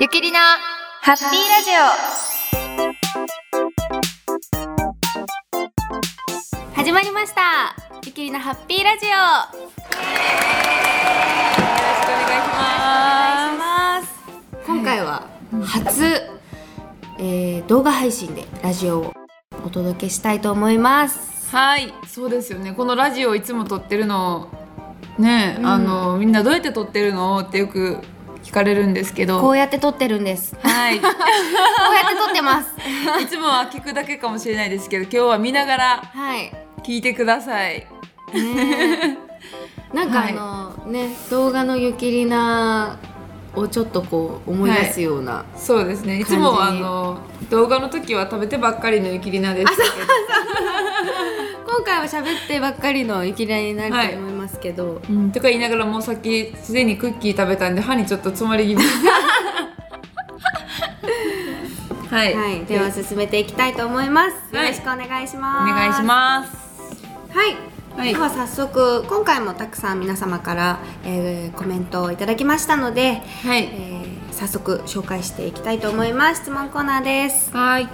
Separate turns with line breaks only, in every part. ゆきりなハッピーラジオ始まりましたゆきりなハッピーラジオ今回は初、えー動画配信でラジオをお届けしたいと思います
はいそうですよねこのラジオいつも撮ってるのね、あのみんなどうやって撮ってるのってよく聞かれるんですけ
こ
ど
うやって撮ってるんですこ
はい いう
やって撮ってます
つもは聞くだけかもしれないですけど今日は見ながら
はい
聞いてください
ねえなんかあの、ね動画のゆきりなをちょっとこう思い出すような、
そうですねいつもあの動画の時は食べてばっかりのゆきりなですけ
今回は喋ってばっかりのゆきりなになると思いますけど、
ど、うん、とか言いながらもうさっきすでにクッキー食べたんで歯にちょっと詰まり気 味はい、
はい、では進めていきたいと思います。よ
は
ろ
い
しくお願いし
お
ます。
願いします
す。はい。
はい
では早速今回もたくさん皆様から、えーコメントをいただきましたので、
はい
えー早速紹介していきたいと思います質問コーナーです
はい。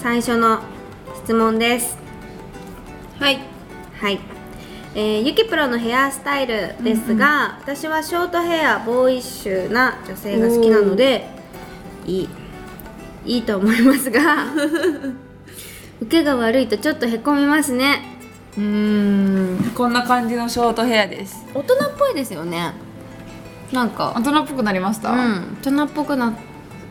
最初の質問です
はい。
はい、えーゆきプロのヘアスタイルですが、私はショートヘアボーイッシュな女性が好きなのでいいいいと思います が受けが悪いとちょっとへこみますね
うーん、こんな感じのショートヘアです。
大人っぽいですよねなんか
大人っぽくなりました。
ん大人っぽくなっ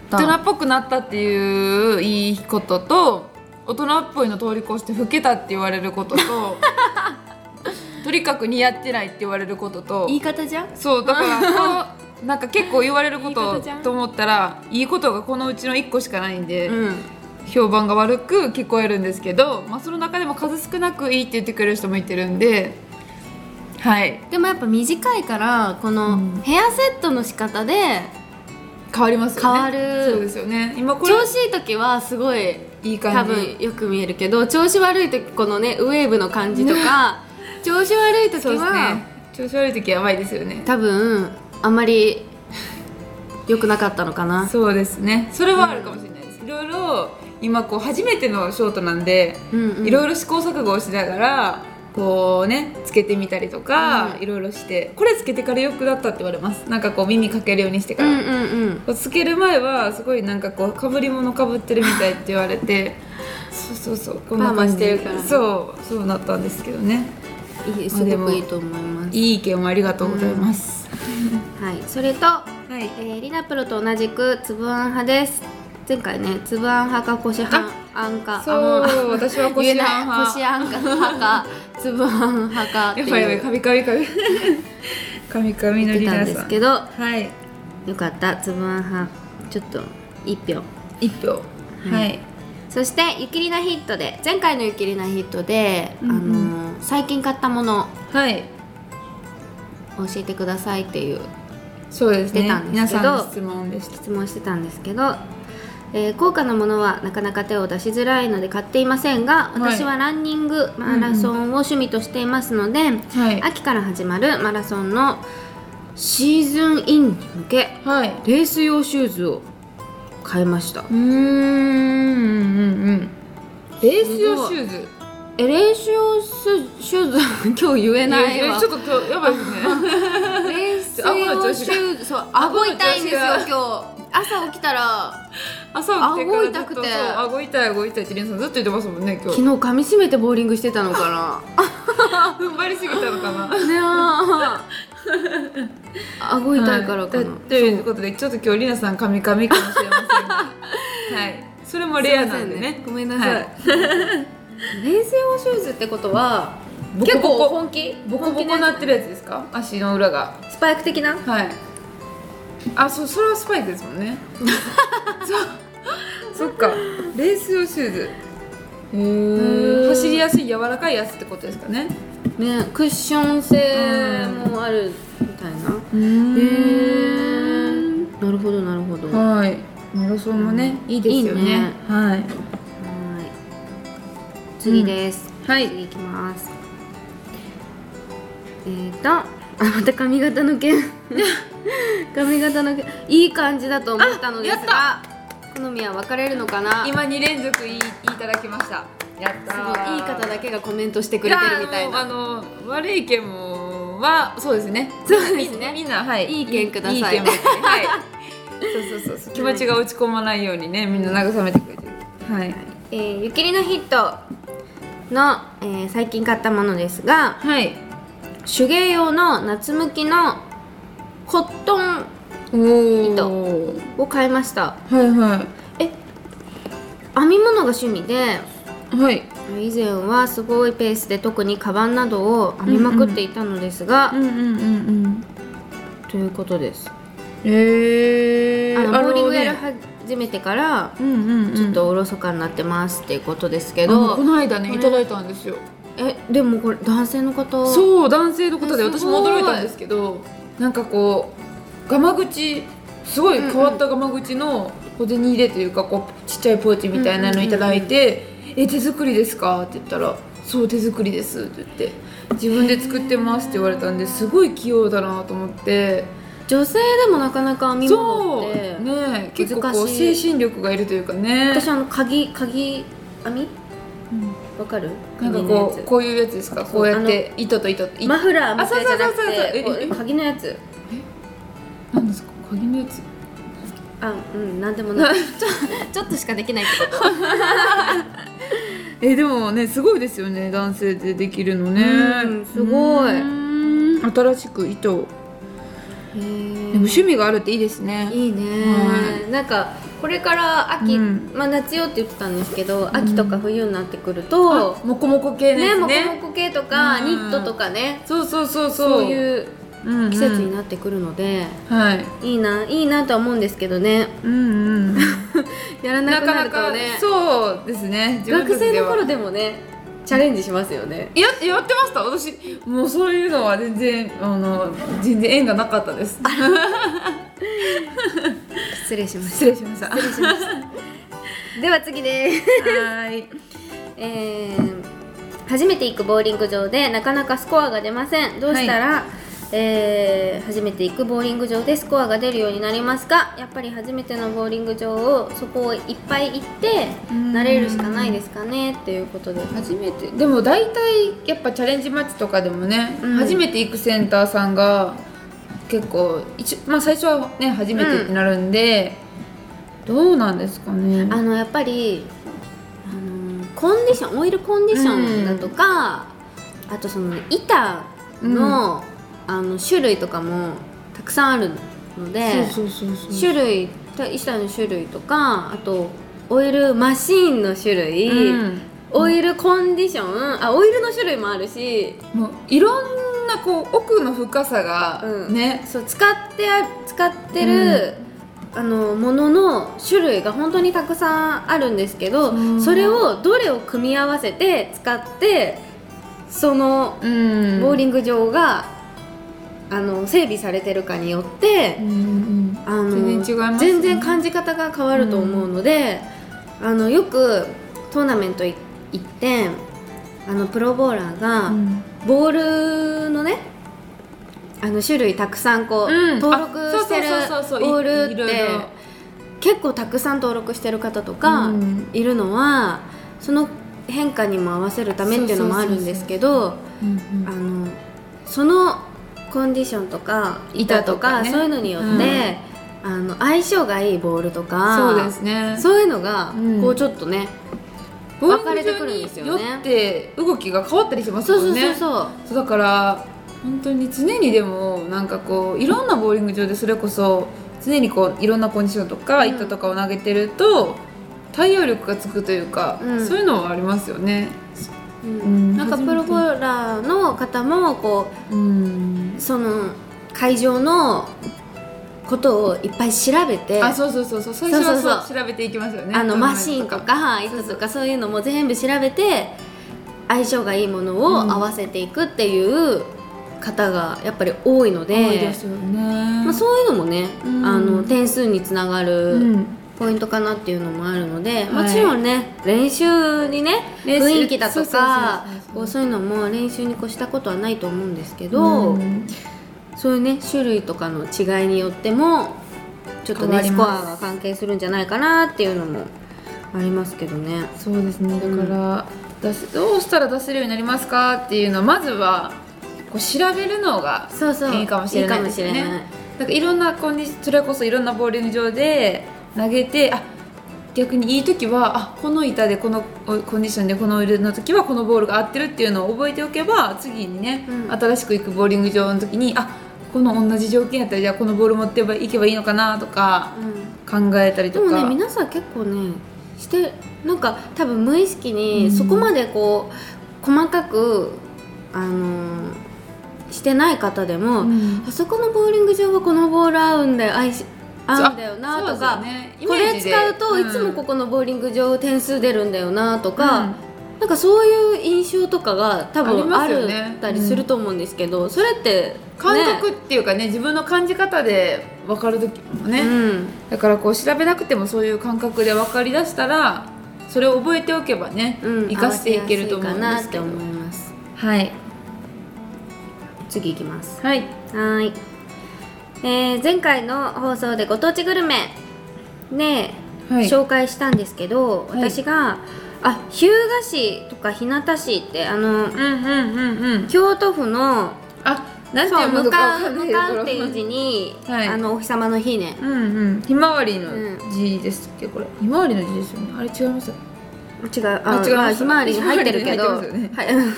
た
大人っぽくなったっていういいことと、大人っぽいの通り越して老けたって言われること と、とにかく似合ってないって言われることと、
言い方じゃん
そうだ からこうなんか結構言われるこ
言い
と
方じゃん
と思ったらいいことがこのうちの1個しかないんで、
うん
評判が悪く聞こえるんですけど、まあ、その中でも数少なくいいって言ってくれる人もいてるんではい
でもやっぱ短いからこのヘアセットの仕方で
変わりますよね
変わる
そうですよね今これ
調子いい時はすごい
いい
多
感じ
分よく見えるけど調子悪い時このねウェーブの感じとか 調子悪い時
そうです
は、
ね調子悪い時やばいですよね
多分あんまり良くなかったのかな
そうですねそれはあるかもしれないです、いろいろ今こう初めてのショートなんで、
うんうん
いろいろ試行錯誤をしながらこうねつけてみたりとか、
うん
いろいろしてこれつけてからよくだったって言われますなんかこう耳かけるようにしてか
う
ら、
んうんうん
こうつける前はすごいなんかこうかぶり物かぶってるみたいって言われ てそうそうそうこんな感
パーマ
じ
してるからね
そうそうなったんですけどね
いい
ますあで
ご
も
くいいと思います
いい意見をありがとうございます、
はいそれと、
はい
えー、リナプロと同じくつぶあん派です前回ねつぶあん派かこしはんあんか
そう
あもう
私はこしあ
言え
ん派
ないこしあんか派かつぶあん派かって
やばいやば
い
いうカビカビカビカミカミの
言って
リ
た
ナ
ん
さん
ですけど
はい
よかったつぶあん派ちょっと一票
一票
は
はいい
そして「ゆきりなヒットで」前回の「ゆきりなヒットで」
うんうん
あの最近買ったもの
はい
を教えてくださいっていう
そうです
出
ね
たんです
皆
けど
さんの質問でした
質問してたんですけど、えー高価なものはなかなか手を出しづらいので買っていませんが
はい
私はランニング、マラソンを趣味としていますので、
はい
秋から始まるマラソンのシーズンインに向け
はい
レース用シューズを買いました
うーんうんうんレース用シューズ
え練習シューズ 今日言えない
や
わ
やちょっと今日やばいですね
冷静
顎の
を
調
シ
子
ュ
が
ーズそう顎痛いんですよ
顎
今
の調
日朝起きたら
朝起きてからずっと
顎痛くて
そう顎痛い顎痛いってリンさんずっと言ってますもんね今
昨日
日
噛み締めてボーリングしてたのか
踏ん張りすぎたのか
な
な
ねあ 顎痛いからかな、
はいということでちょっと今日リナさんカミカミかもしれま せんがはいそれもレアなんでね
ごめんなさい、
はい
冷静をシューズってことは
ボコ
結
ボコ
構本気
ボコボコなってるやつですか足の裏が
スパイク的な
はいあそうそれはスパイクですも んねそそっかレース用シューズうん走りやすい柔らかいやつってことですかね
ねクッション性もあるみたいなへーなるほどなるほどは
はいマラソンもね、いいですよね
いいね
はい
い次です、
は
次いきますえーとあまた髪型の 件髪型の件いい感じだと思ったのですが好みは分かれるのかな
今2連続いいいただきましたやった
す
ー
ごいいい方だけがコメントしてくれてるみたい
や
な
あのあの悪い意見もはそうですね
そうですね
みんなはい
いい意見ください
意見もはいそうそうそうそう気持ちが落ち込まないようにねみんな慰めてくれてるはい
えーゆきりのヒットの、えー最近買ったものですが
はい
手芸用の夏向きのコットン
お
糸を買いました
はいは
え編み物が趣味で
いはい
以前はすごいペースで特にカバンなどを編みまくっていたのですが、
んうんうんうん
ということです、
え
あの
ー、
ボーリングやり
ね
始めてから
うんうんうん
ちょっとおろそかになってますっていうことですけ
あの
ど、
この間ね
こ
い
れ
ただいたんですよ
えでもこれ男性の方う
そう男性の方で
え
私
すご
も
い
驚いたんですけどなんかこうガマ口すごい変わったガマ口の小銭入れというかこうちっちゃいポーチみたいなのいただいて「え手作りですか?」って言ったら「そう手作りです」って言って「自分で作ってます」って言われたんですごい器用だなと思って
女性でもなかなか編み
そう
物っ
ね
て、
え結構こう
難し
精
い
神力がいるというかね
私あの鍵鍵編み
うん
わかる
なんか
鍵のや
こ
つ
うこういうやつですか
う
こうやって糸と糸と糸
マフラーみたいじゃな
あそうそうそ
くて
うそうそう
こ
ええ
う鍵のやつ
なんですか鍵のやつ
あうんなんでもない ちょちょっとしかできないけど
えでもねすごいですよね男性でできるのね、
うんすごいう
ーん新しく糸をでも趣味があるっていいですね
いいね、
は
なんかこれから秋、
うん
まあ夏よって言ってたんですけど秋とか冬になってくると、
もこもこ系で
ね
す
もこ
ね
もこ系とか、
うん
ニットとかね
そうそうそうそう
そういう
うんうん
季節になってくるので、
はい
いいないいなとは思うんですけどね
うんうん
やらな
な
く
か
な
な
る
か
とね
そうですね自分た
学
ちで
生の
は
頃でもねチャレンジしますよね
ややってました私もうそういうのは全然あの全然縁がなかったです
失礼しま
失礼しましたは
では次です
ーい
えー初めて行くボーリング場でなかなかスコアが出ませんどうしたら、えー初めて行くボーリング場でスコアが出るようになりますかやっぱり初めてのボーリング場をそこをいっぱい行って
うん
慣れるしかないですかねっていうことです
初めてでも大体やっぱチャレンジマッチとかでもね、
うん
初めて行くセンターさんが結構一、まあ、最初はね初めてってなるんで、どうなんですかね
あのやっぱりあのコンディションオイルコンディションだとか、あとその板の,、あの種類とかもたくさんあるので
そうそうそうそう
種類板の種類とかあとオイルマシーンの種類、
うん
オイルコンディションあオイルの種類もあるし、
もういろんなこう奥の深さが、
うん
ね
そう使ってあ使ってる、あのものの種類が本当にたくさんあるんですけど、
うん
それをどれを組み合わせて使ってその
うん
ボーリング場が、あの整備されてるかによって、
うん
あの
全然違いますね
全然感じ方が変わると思うので、あのよくトーナメントい行ってあのプロボーラーが、
うん
ボールのねあの種類たくさんこう、
うん
登録してる
あそうそうそうそうい
ボール
い
っ
ろい
て
ろ
結構たくさん登録してる方とか
うん
いるのは、その変化にも合わせるためっていうのもあるんですけど
うんうん
あのそのコンディションとか板と
板とか
か
ね
そういうのによって、あの相性がいいボールとか
そうですね
そういうのが
うん
こうちょっとね、
ボ
分かれてくるんですよね
ーリング場によって動きが変わったりします
そう
も
そ
ん
う
ね
そうそう、
そうだから本当に常にでもなんかこういろんなボウリング場でそれこそ常にこういろんなコンディションとか
うん
糸とかを投げてると対応力がつくというか、
うん
そういうのはありますよね。
うんなんか
初め
プ
て
ロボーラーの方もこう
うん
その会場のことをいっぱい調べて
あ
あ
そうそうそうそう最初はそう
そうそうそ
調べていきますよね。
の
トーナメ
マシンとか
そう
糸
そう
とかそういうのも全部調べて相性がいいものを合わせていくっていう方がやっぱり多いので,、
多いですよね。
まあ、そういうのもね、
うん
あの点数につなが
う
る
ん
ポイントかなっていうのもあるので、もちろんね練習にね
練習
雰囲気だとか
そうそうそうそう
こうそういうのも練習に越したことはないと思うんですけど、
ん
そういうね種類とかの違いによってもちょっと
変わ
ね
り
ス
ま
コ
す
アが関係するんじゃないかなっていうのもありますけどね。
そうですねだ
ん
から、出せどうしたら出せるようになりますかっていうのはまずはこう調べるのが
そうそう
いいかもしれない
いか
で
も
す
し
よ
れ
ね
ない
なんかいろんなコンディシそれこそいろんなボーリング場で投げてあ逆にいい時はあこの板でこのおコンディションでこのオイルの時はこのボールが合ってるっていうのを覚えておけば次にね、
うん
新しく行くボーリング場の時にあこの同じ条件やったらじゃあこのボール持っていけばいいのかなとか
うん
考えたり
で
と
もね
か、
皆さん結構ねしてなんか多分無意識
う
に
ん
そこまでこう、細かくあのーしてない方でも、
うん
あそこのボーリング場はこのボール合うんだよ合いし合うんだよな
そう
と
ですよ
か、
ねイ
こ
メー
れ
ジで
使うといつもここのボーリング場点数出るんだよなとか、なんかそういう印象とかが多
あり
分
ま
あ
すよ
る
ね
ったりすると思うんですけど、それって、ね、
感覚っていうかね自分の感じ方で分かる時もね、
うん
だからこう調べなくてもそういう感覚で分かりだしたらそれを覚えておけばね、
うん、
活かしていけると思うん
合わせ
で
やす
す
い
け
か
ど
なって思います
はい
次いきます
はい
はい、えー前回の放送でご当地グルメね、
はい
紹介したんですけど
はい
私が、あ日向市とか日向市ってあの
うんうんうんうん
京都府の
あなんて
そう
読む
向
のか
かう
分かん
向
ない
か
とこ
う
ろ
っていう字に、
はい
あのお日様の日ね
うんうんひまわりの
うん
字ですっけこれひまわりの字ですよねあれ違いました
違うあ
あ違い
まあ
ました
ひまわりに入ってるけど
ひまわりに入って
はい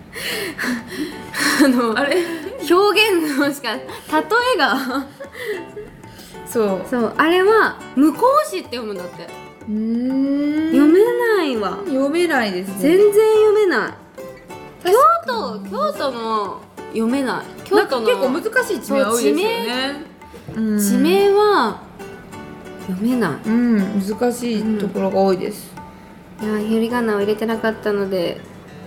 あの
あれ
表現のしか例えが
そう
そうあれは向こう市って読むんだって
うーん
読めないわ
読めないです
全
ね
然読めない京
確
都京都も読めない京都の
なんか結構難しい地名多いですよねうん
地名は読めな
うん難しいところが多いです、
いいやひよりがなを入れてなかったので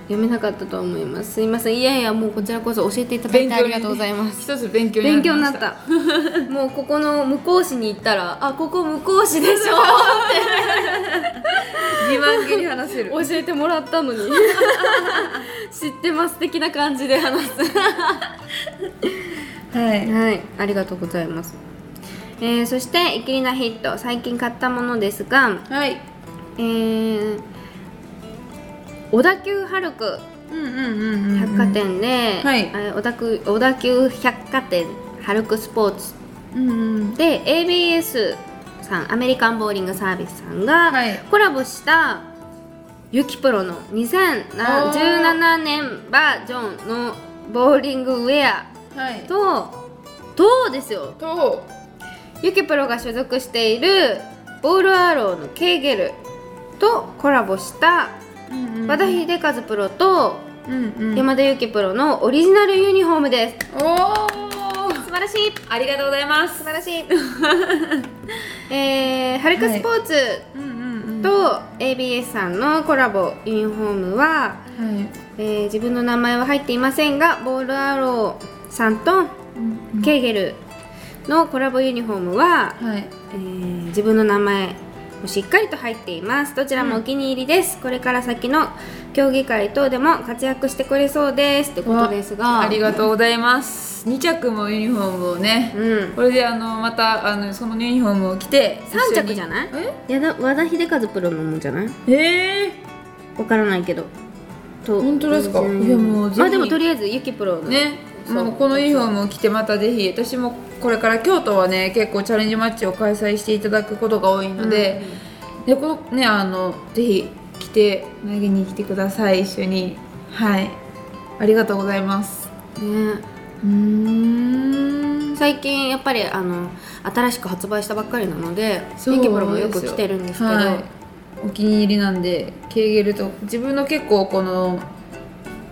読めなかったと思いますすいませんいやいやもうこちらこそ教えていただいてありがとうございます
す一つ勉強になり
勉
ました
強になったもうここの向こう市に行ったら あここ向こう市でしょ
自慢げに話せる
教えてもらったのに 知ってます的な感じで話す
はい
はい、ありがとうございます。えーそして、イキリナヒット、最近買ったものですが、
はい
えー小田急ハルク
うんうんうんうん
百貨店で、
はい
えー小田急小田急百貨店ハルクスポーツ
うんうん
で ABS さんアメリカンボーリングサービスさんが
はい
コラボしたユキプロの2017年バージョンのボーリングウェア
はいと
ととですよ
と
ゆきプロが所属しているボールアローのケーゲルとコラボした
うん
和田秀和プロと
うんうん
山田ゆきプロのオリジナルユニフォームです
おー
素晴らしい
ありがとうございます
素晴らしい えー、ハルクスポーツ
うんうんうんは
と ABS さんのコラボユニフォームは、えー自分の名前は入っていませんがボールアローさんと
いうん
ケーゲルのコラボユニフォームは
はい
えー自分の名前もしっかりと入っていますどちらもお気に入りです、これから先の競技会等でも活躍してくれそうですってことですが
ありがとうございます二着もユニフォームをね、
うん
これであのまたあのそのユニフォームを着て
3着じゃ
い
ないやだ和田秀和プロのもんじゃない
ええー
わからないけどと
本当ですか
うん
いやもうぜひ
まあでもとりあえずゆきプロの
ね、
そう
もうこのユニフォームを着てまたぜひ私もこれから京都はね結構チャレンジマッチを開催していただくことが多いので、でこのねあのぜひ着て投げに来てください一緒にはいありがとうございます
ね
うーん
最近やっぱりあの新しく発売したばっかりなので
そう
ゆきプロもよく来てるんですけど、
はいお気に入りなんでケーゲルと自分の結構この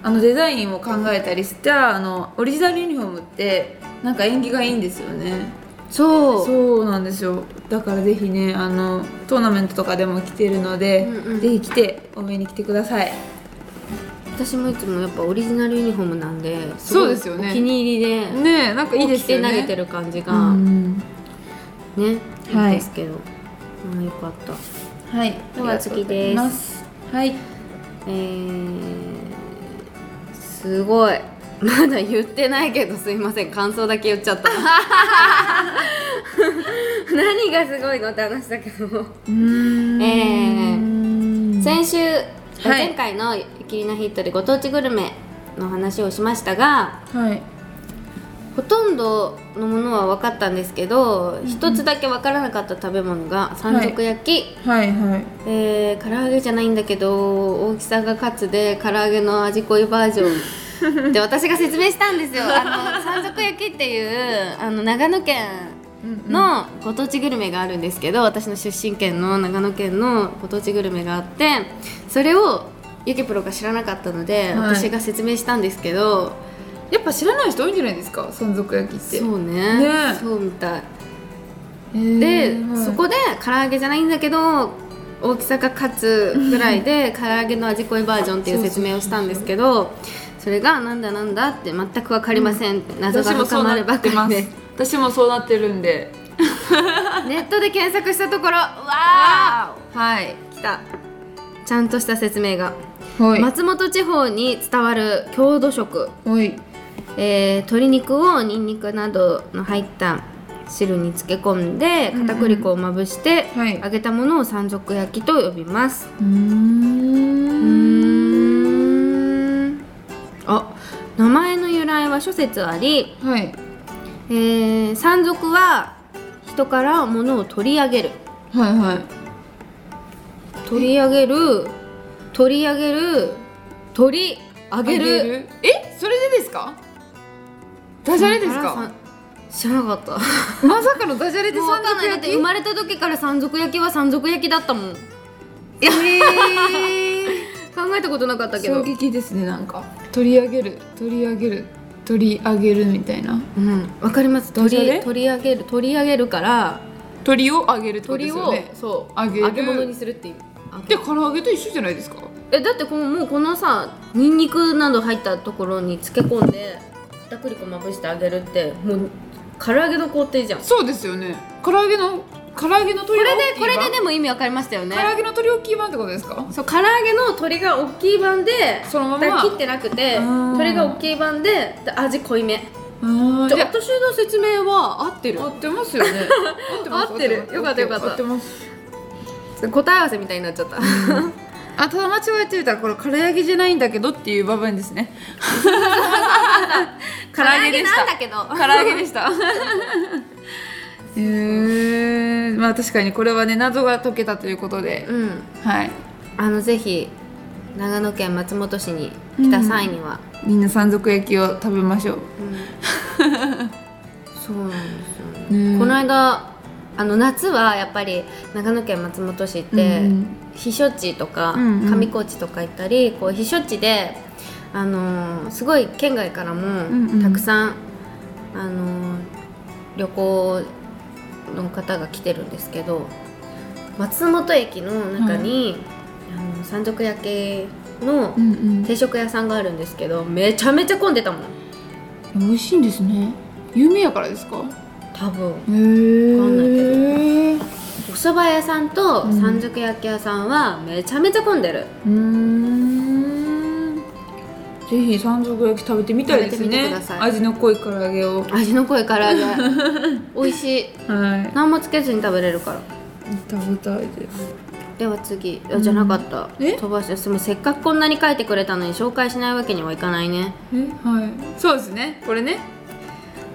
あのデザインを考えたりしたあのオリジナルユニフォームってなんか縁起がいいんですよね
そう
そうなんですよだからぜひねあのトーナメントとかでも来てるので、
うんうん
ぜひ来て応援に来てください
私もいつもやっぱオリジナルユニフォームなんで
そうですよね
ごいお気に入りで、
ねえなんかいいですよね
着て投げてる感じが、
うん
ね、
はい
いいですけど、ああよかった
はい
では次です
ありがとうございますはい
えー、すごい まだ言ってないけどすいません感想だけ言っちゃった 何がすごいのって話だけど
うーん
え
先
先週、
はい
前回の「ゆきりなヒット」でご当地グルメの話をしましたが
はい
ほとんどのものは分かったんですけど一、つだけ分からなかった食べ物が山賊焼き、
はいはい
えー、唐揚げじゃないんだけど大きさがカツで唐揚げの味濃いバージョ ンで私が説明したんですよあの山賊焼きっていうあの長野県のご当地グルメがあるんですけど私の出身県の長野県のご当地グルメがあってそれをゆきプロが知らなかったので、
はい
私が説明したんですけど
やっぱ知らない人多いんじゃないですか山賊焼きって
そうね
ね
そうみたい
へー
で、
はい
そこで唐揚げじゃないんだけど大きさがカツぐらいで唐揚げの味濃いバージョンっていう説明をしたんですけどそれがなんだなんだって全く分かりませんって謎が
私もそ
深
う
まるば
なっ
か
て
り
ます
で
私もそうなってるんで
ネットで検索したところうわ
あはい
ー来たちゃんとした説明が、
はい
松本地方に伝わる郷土食、
はい
えー鶏肉をニンニクなどの入った汁に漬け込んで片栗粉をまぶして
はい
揚げたものを山賊焼きと呼びます、
うーん
あ名前の由来は諸説あり、
はい
えー山賊は人から物を取り上げる
はいはい
取り上げる取り上げる取り上げる
えそれでですかダジャレですか
知らなかった
まさかのダジャレで
もうわ
山
かんな
賊
いだっ
焼
て
き
生まれた時から山賊焼きは山賊焼きだったもん
えー
考えたことなかったけ
衝
ど
撃ですねなんか取り上げる取り上げる取り上げるみたいな
うんわかります
ダジャ
取
レ
り取り上げる取り上げるから
鳥をあげるってこと
鳥
で
を、
すよね
そう
揚げる
揚げ物にするっていう揚げ
で唐揚げと一緒じゃないですか
えだってこのもうこのさニンニクなど入ったところに漬け込んで片栗粉まぶして揚げるってもう唐揚げの工程じゃんこ
そうですよね唐揚げの唐揚げの鳥
れでこれででも意味わかりましたよね
唐揚げの鳥置き版ってことですか
そう唐揚げの鶏が大きい版で
そのまま
だから切ってなくて
うん
鶏が大きい版でで味濃いめ
あ
じゃあ私の説明は合ってる
合ってますよね 合ます
合ってる
合ます
よかったよかった
合ってます
答え合わせみたいになっちゃった
あただ間違えてみたらこれ唐揚げじゃないんだけどっていう場面です ね唐揚げ
唐揚げ
でし
な
た
んだけど
唐揚げでした えー、まあ確かにこれはね謎が解けたということで、
うん
はい
あのぜひ長野県松本市に来た際には、
みんな山賊焼きを食べましょう
そうなんですよね、
ねえ
この間あの夏はやっぱり長野県松本市って、
うんうん
避暑地とか
うんうん
上高地とか行ったりこう避暑地で、あのーすごい県外から
んう
も
ん
たくさん、あのー旅行の方が来てるんですけど松本駅の中に、あの山賊焼きの
うんうん
定食屋さんがあるんですけどめちゃめちゃ混んでたもん
美味しいんですね有名やからですか
多分。
へえ
わかんない
けど
お蕎麦屋さんと
うん
山賊焼き屋さんはめちゃめちゃ混んでる、
うーんぜひ山賊焼き食べてみたいです
食べてみ
ね
てください
味の濃い唐揚げを
味の濃い唐揚 げ美味しい
はい
何もつけずに食べれるから
食べたいです
では次あじゃなかった、
え
飛ばしてすもせっかくこんなに書いてくれたのに紹介しないわけにはいかないね
えはいそうですねこれね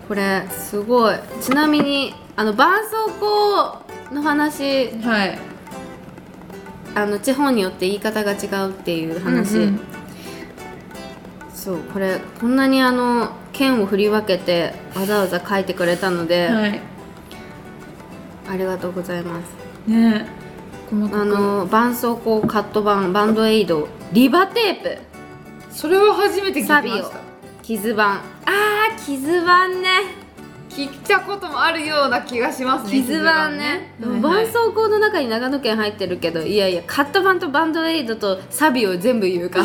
これすごいちなみにあの絆創膏の話
はい
あの地方によって言い方が違うっていう話、
うん
そうこれこんなにあの剣を振り分けてわざわざ書いてくれたので、
うんはい
ありがとうございます
ね細かく
あの絆創膏カット板バンドエイドリバテープ
それは初めて聞きま
サビ
し
オ
た
傷板あー傷板ね
聞いたこともあるような気がしますね
傷板ね
絆ねは
絆
いはい
創膏の中に長野県入ってるけどいやいやカット板とバンドエイドとサビを全部言うから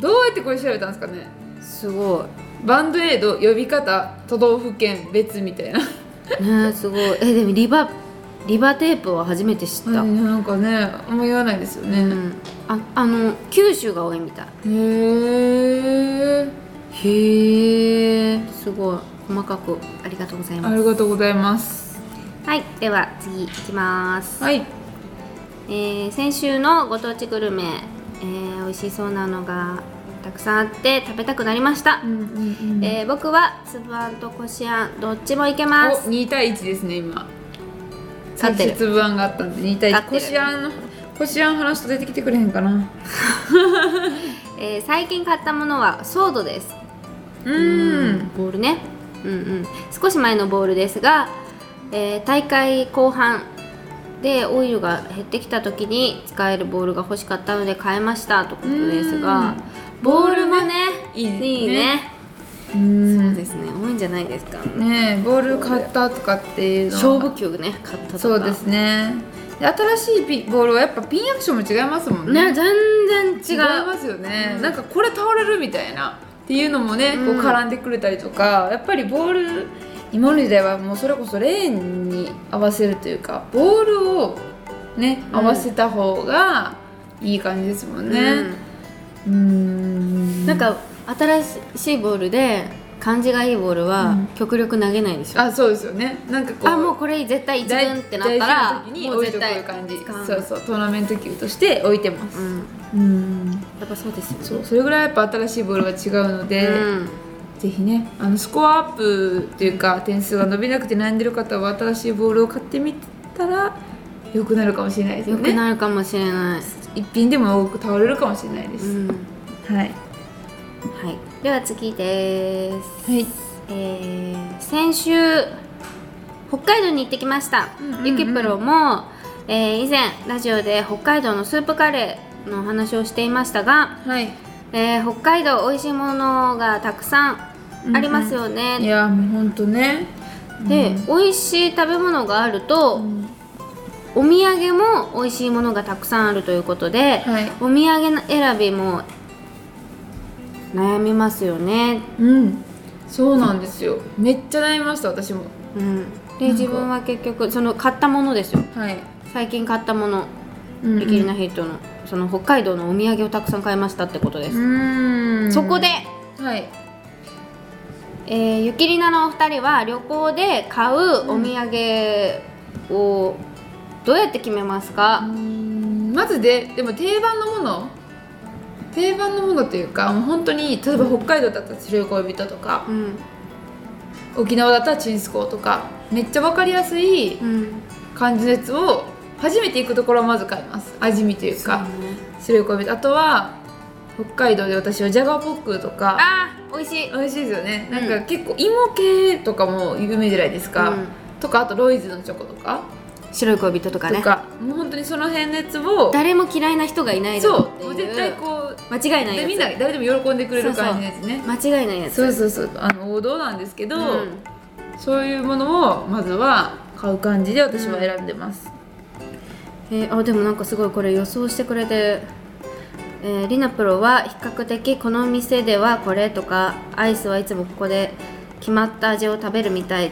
どうやってこれ調べたん ですかね
すごい
バンドエイド呼び方都道府県別みたいな
ねすごいえでもリバリバテープは初めて知った、
うん なんかねあんま言わないですよ
う
ね、
んああの九州が多いみたい
へえ
へえすごい細かくありがとうござい
あ
ます
りがとうございます
はいでは次いきます、
はい
えー先週のご当地グルメ、えー、美味しそうなのがたくさんあって食べたくなりました、えー僕はつぶあんとこしあんどっちもいけま
お
す
2対1ですね今
勝ってる
節分があったんで2対1
勝
こ
ってる
しあんのこしあん話と出てきてくれへんかな
えー最近買ったものはソードです
うーん
ボールねうんうん少し前のボールですが、えー大会後半でオイルが減ってきた時に使えるボールが欲しかったので買いましたということですがボールもね
いいね
いいね
うー
そうんですね多いんじゃないですか
ねえボール買ったとかっていうのは
勝負球ね買ったとか
そうですねで新しいピボールはやっぱピンアクションも違いますもんね
ね全
違い
然違う
ますよね、なんかこれ倒れるみたいなっていうのもね、
うん
こう絡んでくれたりとかやっぱりボール今の時代はもうそれこそレーンに合わせるというかボールをね
うん
合わせた方がいい感じですもんねうん
うん
ん
なんか新しいボールで感じがいいボールは
うん
極力投げないでしょ、
あそうですよねなんかこう
あもうこれ絶対一軍ってなったら
大事な時に
もう
置い
絶
と
対
く感じ
使う
そうそうトーナメント級として置いてます
うん、
うん
やっぱそうですよね
そうそれぐらいやっぱ新しいボールは違うので、
うん
ぜひねあのスコアアップというか点数が伸びなくて悩んでる方は新しいボールを買ってみたら良くなるかもしれないですよ
良く
ね
なるかもしれない、
一品でも多く倒れるかもしれないで
う
す、
ん、は
はい
いでは次です、
はい
えー先週北海道に行ってきました、
うんうんうん
ゆきプロも、えー以前ラジオで北海道のスープカレーのお話をしていましたが、
はい
えー北海道美味しいものがたくさんありますよね、
いやもうほんとね
で、美味しい食べ物があると、
うん
お土産も美味しいものがたくさんあるということで、
はい
お土産選びも悩みますよね、
うんそうなんですよめっちゃ悩みました私も
うん、で
なんか
自分は結局その買ったものですよ
はい
最近買ったもの、
うんうん
リキリナヒットのその北海道のお土産をたくさん買いましたってことで
う
す、
ーん
そこで、
はい
えーゆきりなのお二人は旅行で買うお土産をどうやって決めます
うー
か、
んまずででも定番のもの定番のものというかもう本当に例えば北海道だったら白い恋人とか
うん
沖縄だったらチンスコーとかめっちゃ分かりやすい
うん、
感じのやつを初めて行くところをまず買います味見という
そうね
か白い恋人あとは北海道で私はジャガーポックとか
あー美味しい
美味しいですよねなん
う
か結構芋系とかも有名じゃないですか、
うん
とかあとロイズのチョコとか
白い恋人とかね
とかもう本当にその辺のやつを
誰も嫌いな人がいないだろ
そう
っていう
うもう絶対こう
間違いない
で
やつ
みんな誰でも喜んでくれる感じですね
間違いないやつ
そうそうそうあの王道なんですけど、
うん
そういうものをまずは買う感じで私は選んでます、
えーあでもなんかすごいこれ予想してくれて、えー、リナプロは比較的この店ではこれとかアイスはいつもここで決まった味を食べるみたい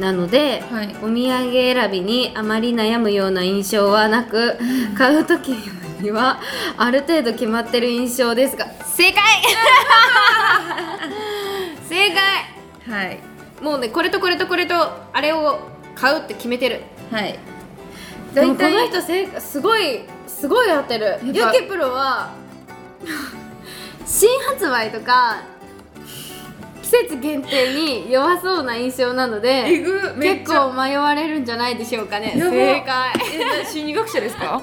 なので、
はい
お土産選びにあまり悩むような印象はなく買う時にはある程度決まってる印象ですが正解正解
はい
もうねこれとこれとこれとあれを買うって決めてる
はい
でも
大
この
体
人せいすごいすごい合ってるゆ
やっぱ
きプロは 新発売とか季節限定に弱そうな印象なの
え
で
ぐめっ
結
ちゃ
構迷われるんじゃないでしょうかね
やば
正解
えな心理学者ですか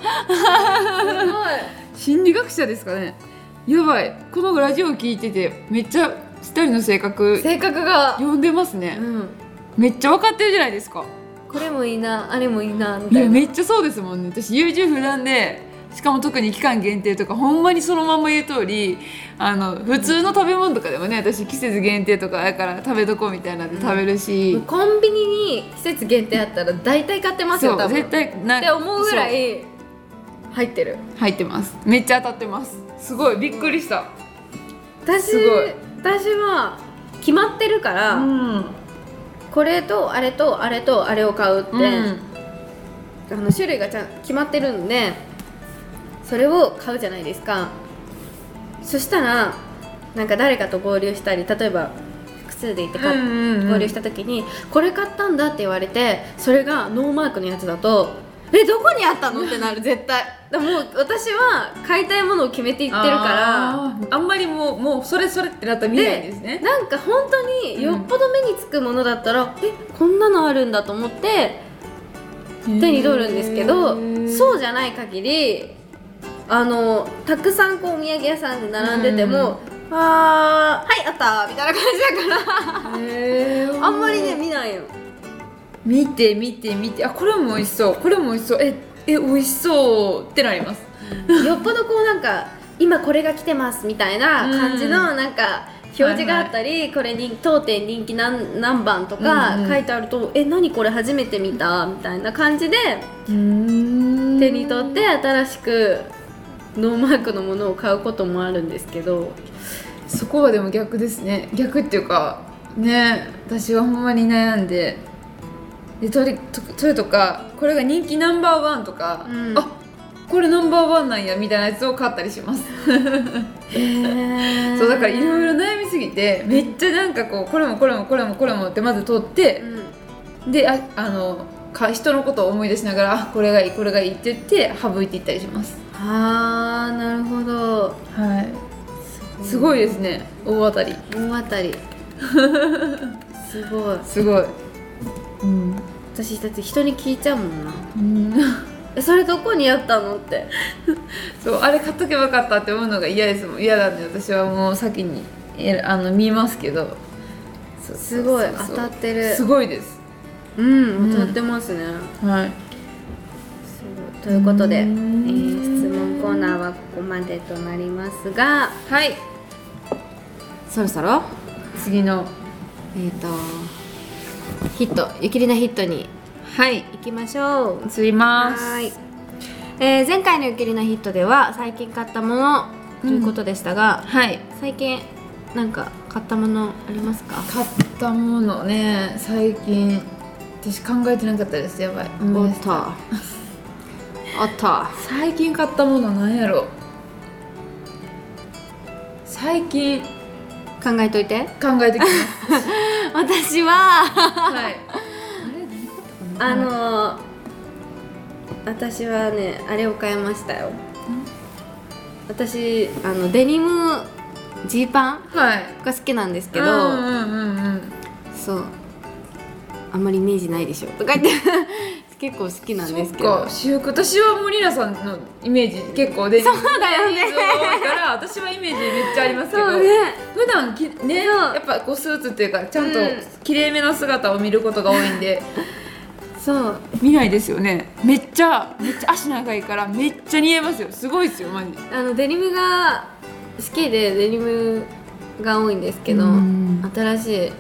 心理学者ですかねやばいこのラジオ聞いててめっちゃ二人の性格
性格が、
読んでますね、
うん、
めっちゃ分かってるじゃないですか
これもいいなあれもいいなみ
い
たい
や
な
めっちゃそうですもんね私優柔不断でしかも特に期間限定とかほんまにそのまんま言う通りあの普通の食べ物とかでもね私季節限定とかだから食べとこうみたいなんで食べるし、
コンビニに季節限定あったら大体買ってますよ
そ
多
う
分
絶
っ
対な
て思うぐら
そ
い入ってる
う入ってますめっちゃ当たってますすごいびっくりした
私
すごい
私は決まってるから、
ん
ここれとあれとあれとあれを買うって、
うん
あの種類がちゃん決まってるんでそれを買うじゃないですかそしたらなんか誰かと合流したり例えば複数でいてか
うんうんうん
合流した時に「これ買ったんだ」って言われてそれがノーマークのやつだと「えどこにあったの?」ってなる絶対だからもう私は買いたいものを決めていってるから
あーあんまりもうもうそれそれってなったら見ないですね
なんか本当によっぽど目につくものだったら、えこんなのあるんだと思って手に取るんですけどそうじゃない限りあのたくさんこうお土産屋さんで並んでても、あーはいあったみたいな感じだか
うへー
らあんまりね見ないよ
見て見て見てあこれも美味しそうこれも美味しそうええ美味しそうってなります
よっぽどこうなんか今これが来てますみたいな感じのなんか表示があったり、これに当店人気何何番と
うんうん
か書いてあると、え何これ初めて見たみたいな感じで
手に
手に取って新しくノーマークのものを買うこともあるんですけど
そこはでも逆ですね逆っていうかね私はほんまに悩んででとりとそれとかこれが人気ナンバーワンとか、
うん
あこれナンバーワンなんやみたいなやつを買ったりしますそうだからいろいろ悩みすぎてめっちゃなんかこうこれもこれもこれもこれもってまず取って、でああのか人のことを思い出しながらあこれがいいこれがいいって言って省いていったりします
あーなるほど
はいすごいですね大当たり
大当たりすごい
すごいうん、
私たち人に聞いちゃうもんな
うん、
えそれどこにあったのって
そうあれ買っとけばよかったって思うのが嫌ですもん嫌なんで私はもう先にえあの見ますけどそうそう
すごい
そうそ
当
う
たってる
すごいです
うん
うん
当たってますね、
はい
すごいということで、え
うーん
ー質問コーナーはここまでとなりますが
はい
そろそろ
次の
えっ、とヒットゆきりなヒットに
はい
行きましょう
移ります
はい、えー前回の「ゆきりなヒット」では最近買ったものということでしたが、
はい
最近なんか買ったものありますか
買ったものね最近私考えてなかったですやばい思
あ
い出
っ
した
たあった
最近買ったものなんやろ最近
考えといて
考えてきます
私は
はい
あのー私はねあれを買いましたよ私あのデニムジーパン
はい
が好きなんですけど、
うんうんうんうん
そうあんまりイメージないでしょとか言って 結構好きなん
そ
で
っ
すけど
か私服私はもうリナさんのイメージ結構でそう
だよね
から私はイメージめっちゃありますけど
そうね
普段きね
そう
やっぱこうスーツっていうかちゃんと
うん
綺麗めの姿を見ることが多いんで
そう
見ないですよねめっちゃめっちゃ足長いからめっちゃ似合いますよすごいですよマジ
あのデニムが好きでデニムが多いんですけど
うん
新しい、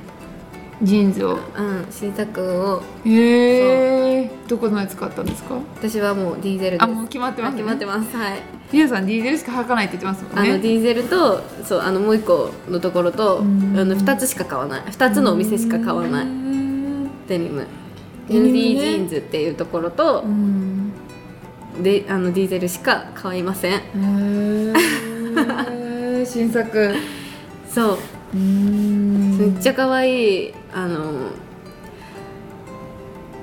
ジーンズを
うん、新作を
へえどこのやつ買ったんですか
私はもうディーゼルです
あもう決まってます、
あ
ね、
決まってますはい
リナさん D ゼルしか履かないって言ってますも
あ
んね
のディーゼルとそうあのもう一個のところとあ
うん
の2つしか買わない2つのお店しか買わな
う
い
ん
デニム
デニムね
ND ジーンズっていうところと
うん
であのディーゼルしか買いません
へー新作
そう
うん
めっちゃ可愛いあの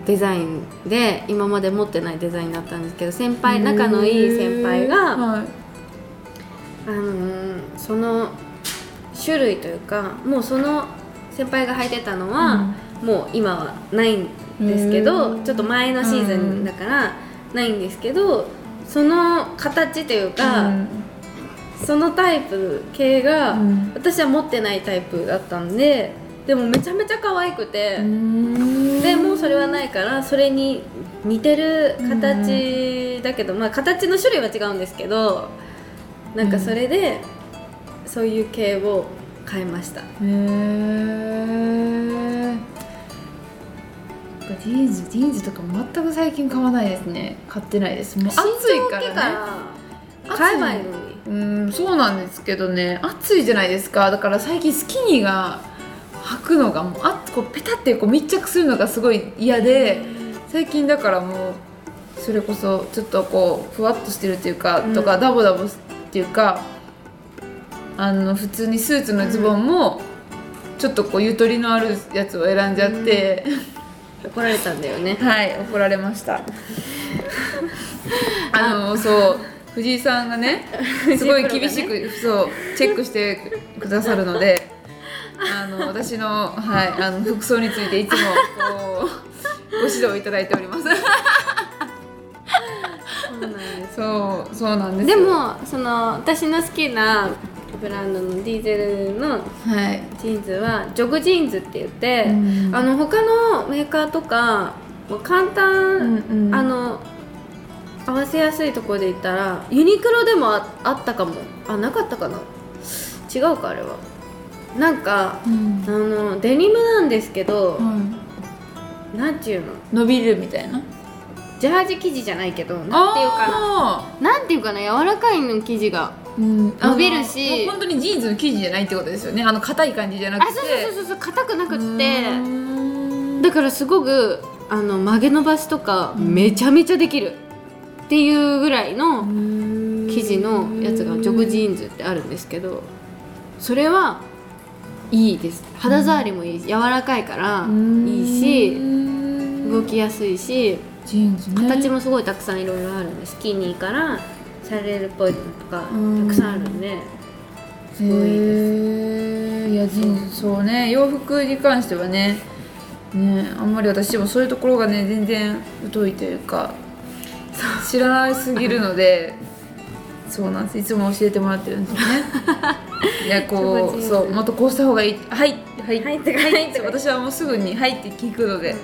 デザインで今まで持ってないデザインだったんですけど先輩仲のいい先輩
う
が、
んはい
あのその種類というかもうその先輩が履いてたのは、もう今はないんですけ
う
ど
ん
ちょっと前のシーズンだからないんですけどその形というか、そのタイプ系が、
うん
私は持ってないタイプだったんででもめちゃめちゃ可愛くて、
うん
でもうそれはないからそれに似てる形だけど、まあ形の種類は違うんですけどなんかそれで、そういう系を買いました
へえジーンズジーンズとかも全く最近買わないですね買ってないですもう暑いからね
ら買えばいいのに
うんそうなんですけどね暑いじゃないですかだから最近スキニーが履くのがもうあこうペタってこう密着するのがすごい嫌で最近だからもうそれこそちょっとこうふわっとしてるっていうか、
うん
とかダボダボっていうかあの普通にスーツのズボンも、ちょっとこうゆとりのあるやつを選んじゃって、
怒られたんだよね
はい怒られましたあのそう藤井さんが ねすごい厳しく、そうチェックしてくださるのであの私の,、はい、あの服装についていつもこうご指導いただいております
そうなんです
そうそうなんです
で
よ
もその私の好きなブランドのディーゼルの
はい
ジーンズはジョグジーンズって言って、
うん
あの他のメーカーとかもう簡単、
うんうん
あの合わせやすいところで言ったらユニクロでもああったかもあなかったかな違うかあれはなんか、
うん
あのデニムなんですけど、
は
なんていうの
い伸びるみたいな
ジャージ生地じゃないけどなんていうかな
あ
なんていうかな柔らかいの生地が
ーうんあの
伸びるし
もう本当にジーンズの生地じゃないってことですよねあの硬い感じじゃなく
あ
て
そうそうそうそう硬くなくっ
う
て
ーん
だからすごくあの曲げ伸ばしとかめちゃめちゃできるっていうぐらいの生
生
地のやつがジョグジーンズってあるんですけどそれはいいです肌触りもいいし柔らかいからいいし動きやすいし
ジーンズ、ね、
形もすごいたくさんいろいろあるんでスキニーからシャレルっぽいのとかた
うん
くさんあるんで。
すごいですいやジーンズそうね洋服に関してはねねあんまり私もそういうところがね全然疎いというか知らなすぎるのでそうなんですいつも教えてもらってるんですよ ねいやこ
ジョブ
う
ジーンズ
そうもっとこうした方がいいはいはい
はいとかはいとか
私はもうすぐに「はい」って聞くので
よ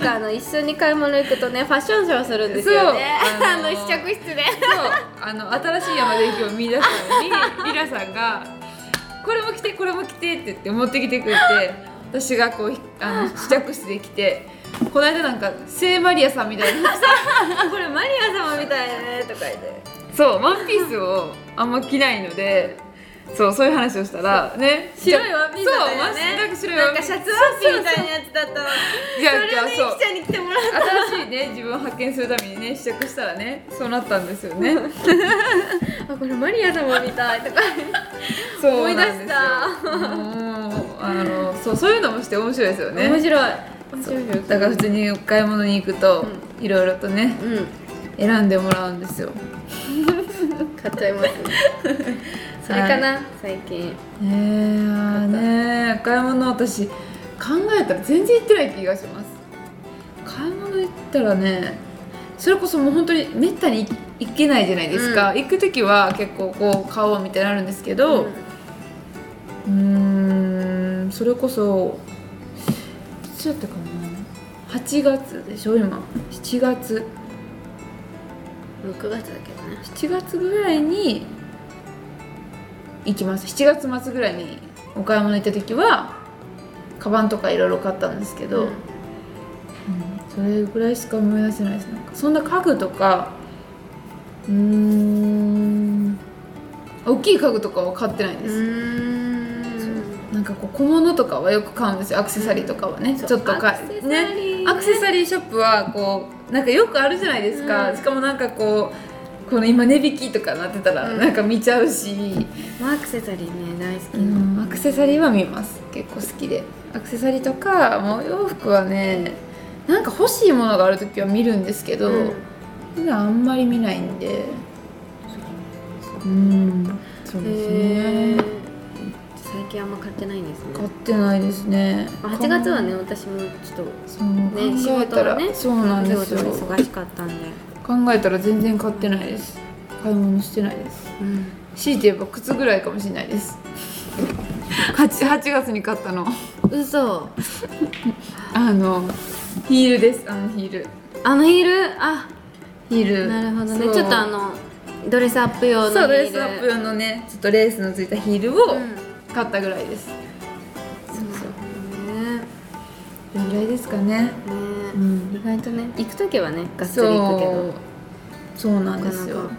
くあの一緒に買い物行くとねファッションショーするんですよね
そう
あ
あ
の
の
試着室で
そうあの新しい山で駅を見出すのにリラさんが「これも着てこれも着て」って言って持ってきてくれて私がこうひあの試着室で着てこの間なんか聖マリアさんみたいな
これマリア様みたいねとか言って
そうワンピースをあんま着ないので。そうそういう話をしたらね
白いワンピースだったよね
そうなんか白い
な
ワ
ん
ン
か
ピー
シ
ス
ャツワンピみたいなやつだったの
じゃあ
それをね
じゃあそう
ゆきちゃんに着てもらっ
新しいね自分を発見するためにね試着したらねそうなったんですよね
たあこれマリア様みたいとか
そうなんですよ
思
もうあのそうそういうのもして面白いですよね
面白い面白いよ
だから普通に買い物に行くといろいろとね
う
選んでもらうんですよ
ん買っちゃいますねそれかな、最近
ねえねえ買い物私考えたら全然行ってない気がします買い物行ったらねそれこそもう本当にめったに行けないじゃないですか、行く時は結構こう買おうみたいになるんですけど、うーんそれこそいつだったかな8月でしょ今7月
うん、6月だけどね
7月ぐらいに行きます7月末ぐらいにお買い物行った時はカバンとかいろいろ買ったんですけど、
うん
それぐらいしか思い出せないですなんかそんな家具とかうーん大きい家具とかは買ってないです、なんかこう小物とかはよく買うんですよアクセサリーとかはね、
そう
ちょっとか
アクセサリーね
ねアクセサリーショップはこうなんかよくあるじゃないですか、
うん
しかもなんかこうこの今値引きとかなってたら
うん
なんか見ちゃうし、
まあアクセサリーね大好き
う
な、
んアクセサリーは見ます結構好きでアクセサリーとかもうお洋服はねなんか欲しいものがある時は見るんですけ
う
ど、
ん
普段あんまり見ないんでうんそうです
へ
ね
ー最近あんま買ってないんです
買っ
ね
てないですね
あ8月はね私もちょっと
そう
ね
考えたら、
仕事もね
そうなんですよ
お仕事が忙しかったんで、
考えたら全然買ってないです買い物してないです
うん、
強いて言えば靴ぐらいかもしれないです 8, 8月に買ったの
嘘
あのヒールですあのヒール
あのヒールあ
ヒール
なるほどね
そう
ちょっとあのドレスアップ用のヒール
そうドレスアップ用のねちょっとレースのついたヒールを
うん
買ったぐらいです、
ね
どれぐらいですかね
ね、
うん
意外とね行く時はねがっつ
そ
り行くけ
う
ど
そうなんですよ
なかなか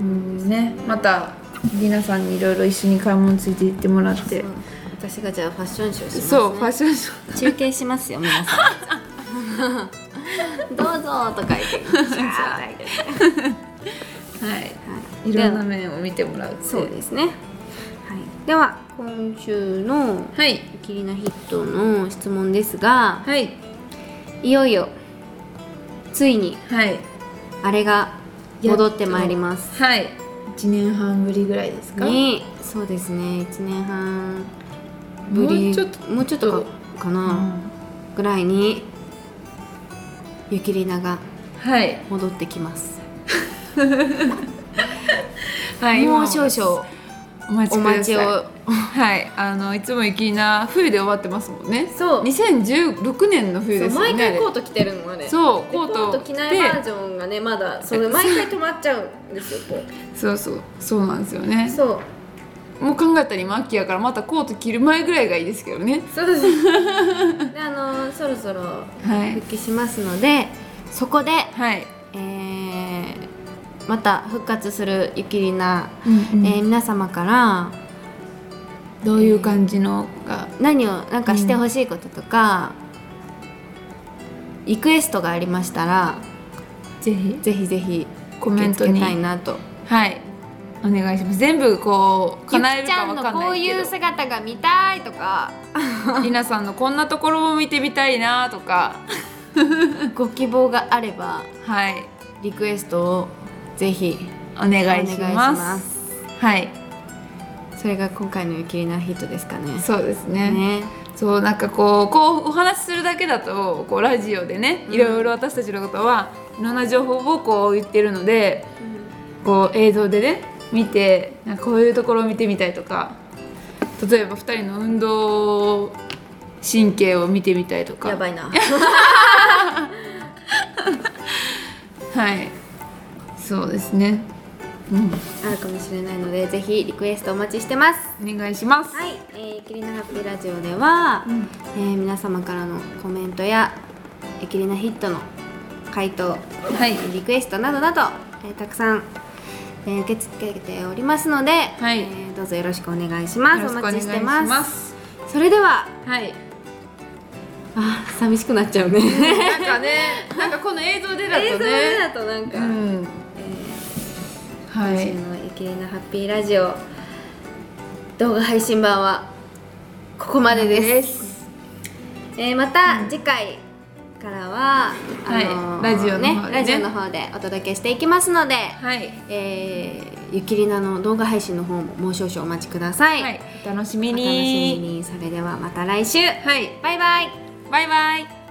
うんねまたりなさんにいろいろ一緒に買い物ついて行ってもらっ
そ
て
う私がじゃあファッションショーします、ね、
そうファッションショ
中継しますよ皆さんどうぞとか言ってじゃあはい
ーはいいろんな面を見てもらうって
そうですね、はい、では今週の
はい
「キリナヒット」の質問ですが
はい
いよいよついに
はい
あれが戻ってまいります
はい1年半ぶりぐらいですか
ねそうですね1年半ぶ
も
り
うちょっと
もうちょっとかか
う
な、
ん
ぐらいにゆきりなが
はい
戻ってきます、
はい
もう
今
少々
お
お
待ちくだ
待
さ
ち
い
を
はいあのいつも雪な冬で終わってますもんね
そう
2016年の冬ですよね
毎回コート着てるのね
そう
で
コート
コート着ないバージョンがねまだそ
え
の毎回止まっちゃうんですよこう
そうそうそうなんですよね
そう
もう考えたら今秋やからまたコート着る前ぐらいがいいですけどね
そうです であのそろそろ
は
復帰しますのでそこで、
はい、
えーまた復活するゆきりな、えー
え
皆様から
どういう感じのが
何をなんかしてほしいこととか、リクエストがありましたら
ぜひ
ぜひぜひ
コメン
受
ト
け付
に
けたいなと
はいお願いします全部こう
ゆ
叶え
き
る
ち
か
ゃん
わ
の
かん
こ
な
う
い
い
け
う
ど
姿が見たいとか
りなさんのこんなところを見てみたいなとか
ご希望があれば
はい
リクエストをぜひ
お願
お願
い
い
し
し
ます
ます
はい
それが今回の「ゆきりなヒット」ですかね。
そうですね
ね
そうなんかこうこうお話しするだけだとこうラジオでね
うん
いろいろ私たちのことはいろんな情報をこう言ってるのでこう映像でね見てなんかこういうところを見てみたいとか例えば2人の運動神経を見てみたいとか
やばい な
はいそうですね、うん、
あるかもしれないのでぜひリクエストお待ちしてます。
お願いします、
はい、えー、ゆきりなハッピーラジオでは、
うん
えー皆様からのコメントやゆきりなヒットの回答、
はい
リクエストなどなど、えーたくさん、えー受け付けておりますので、
はい
えーどうぞよろしくお願いします
よろしく
お待
お願い
ち
し
してます
ます
それでは
はい
あー寂しくなっちゃう ね
なんかねなんかこの 映像 でだ
映像
と
でだ
ね
となんか、
うんは
今
い
週のゆきりなハッピーラジオ動画配信版はここまでですえーまた次回からは、
はい
ー
ラジオの方でね
ラジオの方でお届けしていきますので、
はい
えーゆきりなの動画配信の方ももう少々お待ちください、
はいお楽しみ
お楽しみ
に
にそれではまた来週
はい
バイバイ
バイバイ